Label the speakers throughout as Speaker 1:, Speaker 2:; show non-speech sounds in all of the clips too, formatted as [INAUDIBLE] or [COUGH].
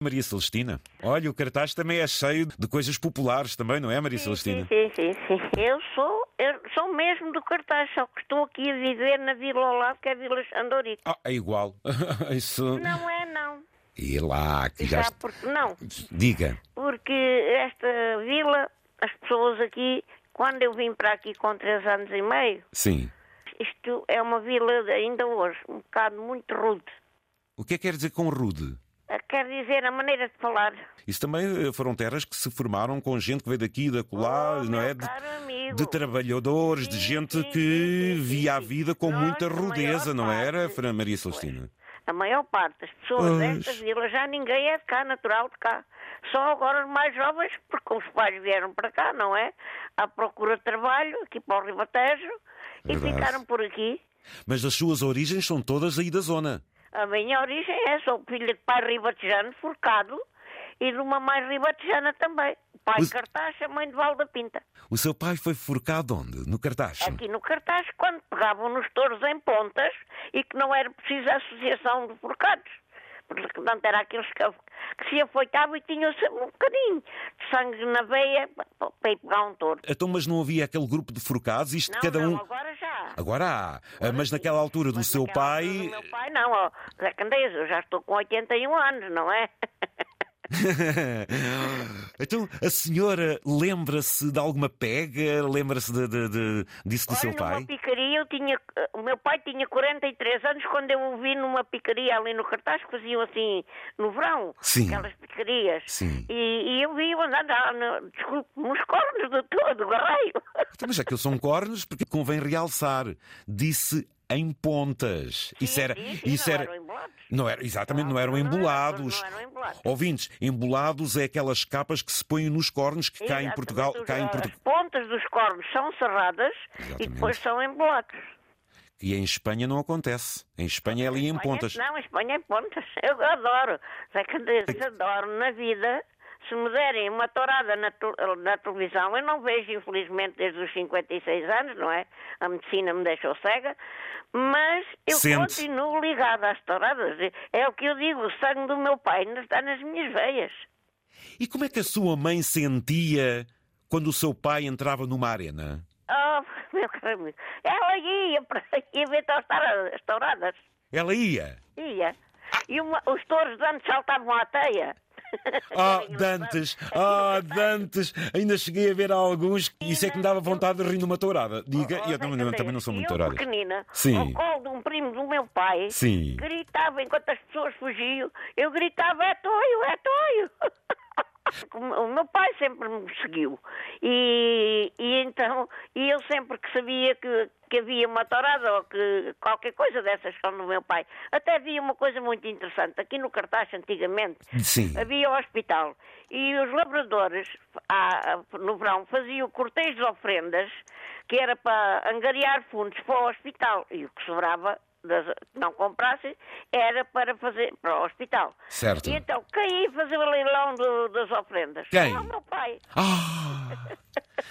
Speaker 1: Maria Celestina? Olha, o cartaz também é cheio de coisas populares também, não é, Maria
Speaker 2: Sim,
Speaker 1: Celestina?
Speaker 2: sim, sim, sim, sim. Eu sou, eu sou mesmo do cartaz, só que estou aqui a viver na vila ao lado, que é a Vila Andorico.
Speaker 1: Ah, é igual. [LAUGHS] Isso.
Speaker 2: Não é, não.
Speaker 1: E lá, que já.
Speaker 2: Já porque não.
Speaker 1: Diga.
Speaker 2: Porque esta vila, as pessoas aqui, quando eu vim para aqui com três anos e meio,
Speaker 1: Sim.
Speaker 2: isto é uma vila de- ainda hoje, um bocado muito rude.
Speaker 1: O que é que quer dizer com rude?
Speaker 2: Eh, Quer dizer, a maneira de falar.
Speaker 1: Isso também eh, foram terras que se formaram com gente que veio daqui e da colá,
Speaker 2: Oh,
Speaker 1: não é?
Speaker 2: meu
Speaker 1: De,
Speaker 2: caro amigo.
Speaker 1: de trabalhadores, de
Speaker 2: Sim,
Speaker 1: gente
Speaker 2: sim, sim,
Speaker 1: que
Speaker 2: sim,
Speaker 1: via a
Speaker 2: sim.
Speaker 1: vida com
Speaker 2: Nós,
Speaker 1: muita
Speaker 2: a maior
Speaker 1: rudeza, não era,
Speaker 2: parte-
Speaker 1: Fran Maria Celestina?
Speaker 2: A maior parte das pessoas é
Speaker 1: Pois.
Speaker 2: desta vila já ninguém é de cá, natural de cá. Só agora os mais jovens, porque os pais vieram para cá, não é? À procura de trabalho, aqui para o Ribatejo,
Speaker 1: Verdade.
Speaker 2: e ficaram por aqui.
Speaker 1: Mas as suas origens são todas aí da zona.
Speaker 2: A minha origem é, sou filha de pai ribatejano, forcado, e de uma mãe ribatejana também. Pai
Speaker 1: Mas-
Speaker 2: de Cartaxa, mãe de Valda Pinta.
Speaker 1: O seu pai foi forcado onde? No cartaz?
Speaker 2: Aqui no cartaz, quando pegavam nos touros em pontas e que não era preciso a associação de forcados. Portanto, era aqueles que, que se afoitavam e tinham se- um bocadinho de sangue na veia pa- pa- para ir pegar um touro.
Speaker 1: Então, mas não havia aquele grupo de forcados, isto
Speaker 2: Não,
Speaker 1: cada
Speaker 2: não,
Speaker 1: um.
Speaker 2: agora já.
Speaker 1: Agora há. Ah, mas naquela altura do
Speaker 2: Mas
Speaker 1: seu
Speaker 2: naquela altura
Speaker 1: pai.
Speaker 2: Do meu pai não, ó, Zé Candeias, eu já estou com 81 anos, não é?
Speaker 1: [LAUGHS] então, a senhora lembra-se de alguma pega? Lembra-se de, de- de- disso do seu
Speaker 2: Olha, numa
Speaker 1: pai?
Speaker 2: picaria eu tinha, o meu pai tinha 43 anos quando eu o vi numa picaria ali no cartaz que faziam assim no verão,
Speaker 1: Sim.
Speaker 2: aquelas picarias.
Speaker 1: Sim.
Speaker 2: E, e eu vi-o andar, na- na- desculpe, nos cornos do todo, garreio.
Speaker 1: Então, mas aquilo são cornos, porque convém realçar. Disse em pontas. [LAUGHS] isso
Speaker 2: Sim,
Speaker 1: era.
Speaker 2: sim, sim,
Speaker 1: isso
Speaker 2: não
Speaker 1: era.
Speaker 2: eram assim, embolados.
Speaker 1: Não era, exatamente, não eram
Speaker 2: Não eram, não
Speaker 1: embolados.
Speaker 2: eram embolados.
Speaker 1: Ouvintes, embolados é aquelas capas que se põem nos cornos que cá em
Speaker 2: Exatamente,
Speaker 1: Portugal.
Speaker 2: os-
Speaker 1: Cá em
Speaker 2: As
Speaker 1: Portugal.
Speaker 2: pontas dos cornos são serradas
Speaker 1: Exatamente.
Speaker 2: e depois são embolados.
Speaker 1: E em Espanha não acontece. Em Espanha é ali em
Speaker 2: Espanha-
Speaker 1: pontas.
Speaker 2: Não, a Espanha é pontas. [LAUGHS] Eu adoro. Zé Candeias, adoro na vida. Se me derem uma tourada na, tu- na televisão, eu não vejo, infelizmente, desde os 56 anos, não é? A medicina me deixou cega. Mas eu
Speaker 1: Sente.
Speaker 2: continuo ligada às touradas. É o que eu digo, o sangue do meu pai ainda está nas minhas veias.
Speaker 1: E como é que a sua mãe sentia quando o seu pai entrava numa arena?
Speaker 2: Oh, [LAUGHS] meu caro amigo. Ela ia, para, ia ver as touradas- as touradas.
Speaker 1: Ela ia.
Speaker 2: Ia. E uma- os touros de antes saltavam à teia.
Speaker 1: [LAUGHS] Ah,
Speaker 2: Era engraçado.
Speaker 1: Dantes!
Speaker 2: Era
Speaker 1: Ah,
Speaker 2: engraçado.
Speaker 1: Dantes! Ainda cheguei a ver alguns. Isso é que me dava vontade de rir numa tourada. Diga,
Speaker 2: Oh,
Speaker 1: eu também,
Speaker 2: Zé
Speaker 1: também não sou
Speaker 2: Candeias,
Speaker 1: muito
Speaker 2: eu,
Speaker 1: tourada.
Speaker 2: pequenina,
Speaker 1: Sim.
Speaker 2: ao colo de um primo do meu pai,
Speaker 1: Sim.
Speaker 2: gritava enquanto as pessoas fugiam, eu gritava, é toio, é toio. [LAUGHS] O meu pai sempre me seguiu e, e então e eu sempre que sabia que, que havia uma tourada ou que qualquer coisa dessas como o meu pai, até havia uma coisa muito interessante, aqui no cartaz antigamente [LAUGHS]
Speaker 1: Sim.
Speaker 2: havia o hospital e os labradores ah, no verão faziam cortejos de ofrendas que era para angariar fundos para o hospital e o que sobrava das, que não comprassem era para fazer para o hospital.
Speaker 1: Certo.
Speaker 2: E então quem ia fazer o leilão do- das ofrendas?
Speaker 1: Quem?
Speaker 2: Era o meu pai.
Speaker 1: Ah!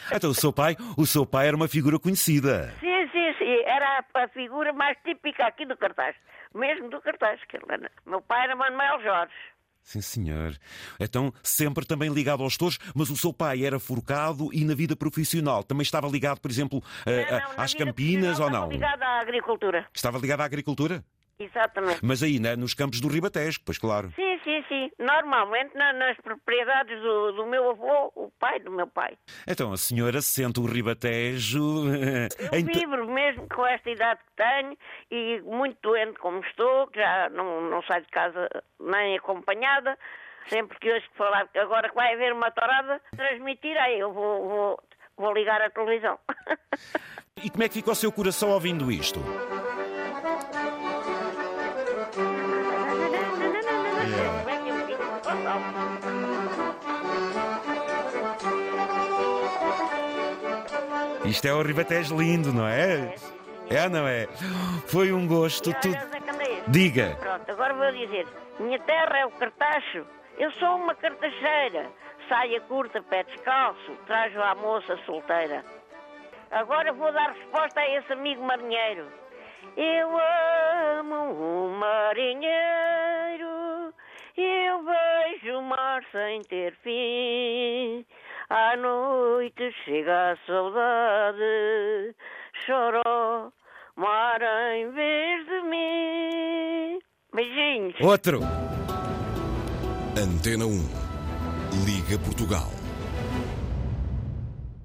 Speaker 1: Então o seu pai, o seu pai era uma figura conhecida.
Speaker 2: Sim, sim, sim. Era a, a figura mais típica aqui do cartaz. Mesmo do cartaz, que ele era. Meu pai era Manuel Jorge.
Speaker 1: Sim, senhor. Então, sempre também ligado aos touros, mas o seu pai era forcado e na vida profissional também estava ligado, por exemplo, a- a-
Speaker 2: Não, não, na
Speaker 1: Eh, às
Speaker 2: vida
Speaker 1: campinas ou
Speaker 2: profissional
Speaker 1: não?
Speaker 2: estava Ligado à agricultura.
Speaker 1: Estava ligado à agricultura?
Speaker 2: Exatamente.
Speaker 1: Mas aí, né, nos campos do Ribatejo, pois claro.
Speaker 2: Sim, sim, sim. Normalmente na- nas propriedades do, do meu avô, o pai do meu pai.
Speaker 1: Então, a senhora sente o Ribatejo... [LAUGHS] eh,
Speaker 2: Eu
Speaker 1: em te-
Speaker 2: vibro mesmo com esta idade que tenho e muito doente como estou, que já não, não saio de casa nem acompanhada. Sempre que hoje que falar que agora que vai haver uma torada, transmitir aí, eu vou, vou, vou ligar a televisão.
Speaker 1: E como é que fica o seu coração ouvindo isto?
Speaker 2: Como é que eu digo? Oh, não.
Speaker 1: Isto é o Ribatejo lindo, não é? É, não é? Foi um gosto.
Speaker 2: E olha,
Speaker 1: tudo-
Speaker 2: Zé Candeias,
Speaker 1: Diga.
Speaker 2: Pronto, agora vou dizer. Minha terra é o cartacho. Eu sou uma cartacheira. Saia curta, pé descalço. Trajo à moça solteira. Agora vou dar resposta a esse amigo marinheiro. Eu um amo o marinheiro. Eu vejo sonhar sem ter fim. À noite chega a saudade, chorou, mar em vez de mim. Beijinhos.
Speaker 1: Outro!
Speaker 3: Antena 1. Liga Portugal.